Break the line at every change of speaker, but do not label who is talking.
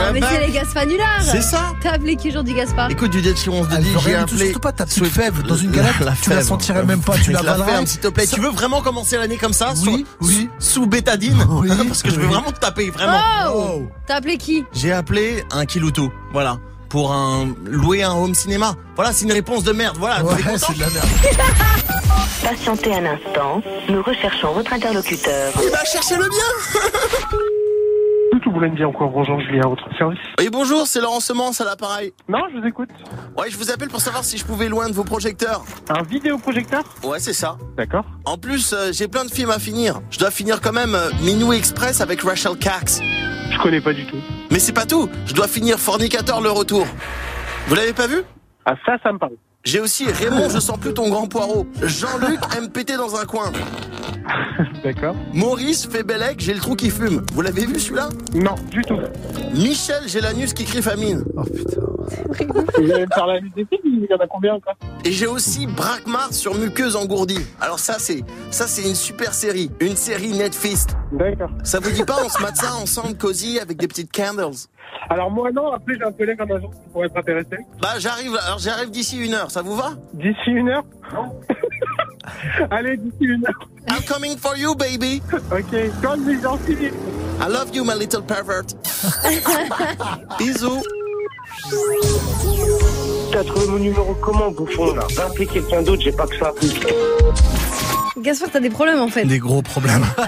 Ah
mais
bah,
c'est les Gaspanulars
C'est ça
T'as appelé qui aujourd'hui, Gaspard
Écoute, du si on se
Elle
dit,
veut
j'ai
rien du tout,
appelé.
surtout pas ta petite
Swift.
fève dans une
La-
galette, tu la
fève.
sentirais même pas, tu
La
l'avalerais.
ferme, s'il te plaît.
Ça-
Tu veux vraiment commencer l'année comme ça
Oui,
sur-
oui.
Sous, sous bétadine
Oui,
Parce que je veux
oui.
vraiment te taper, vraiment.
Oh T'as appelé qui
J'ai appelé un kiloutou, voilà. Pour un, louer un home cinéma. Voilà, c'est une réponse de merde, voilà. Vous êtes
Ouais,
content
c'est de la merde.
Patientez un instant, nous recherchons votre interlocuteur.
Il va chercher le bien
Tout voulez me dire encore bonjour Julien, à votre service
Oui, bonjour, c'est Laurent Semence à l'appareil.
Non, je vous écoute.
Ouais, je vous appelle pour savoir si je pouvais loin de vos projecteurs.
Un vidéoprojecteur
Ouais, c'est ça.
D'accord.
En plus, euh, j'ai plein de films à finir. Je dois finir quand même euh, Minou Express avec Rachel Cox.
Je connais pas du tout.
Mais c'est pas tout, je dois finir Fornicator le retour. Vous l'avez pas vu
Ah ça, ça me parle.
J'ai aussi Raymond, je sens plus ton grand poireau. Jean-Luc aime péter dans un coin.
D'accord.
Maurice fait Bellec, j'ai le trou qui fume. Vous l'avez vu celui-là
Non, du tout.
Michel, j'ai l'anus qui crie famine.
Oh putain.
Vous allez me parler à des filles, il y en a combien encore
Et j'ai aussi Braquemar sur Muqueuse engourdie. Alors ça c'est ça c'est une super série, une série Netflix.
D'accord.
Ça vous dit pas on se mate ça ensemble cosy avec des petites candles
Alors moi non, après j'ai un collègue en agence qui pourrait être intéressé.
Bah j'arrive alors j'arrive d'ici une heure, ça vous va
D'ici une heure Non. allez, d'ici une heure.
I'm coming for you baby.
Ok, comme les gens civils.
I love you my little pervert. Bisous.
T'as trouvé mon numéro comment, bouffon, là Va appeler quelqu'un d'autre, j'ai pas que ça.
Gaspard, t'as des problèmes en fait.
Des gros problèmes.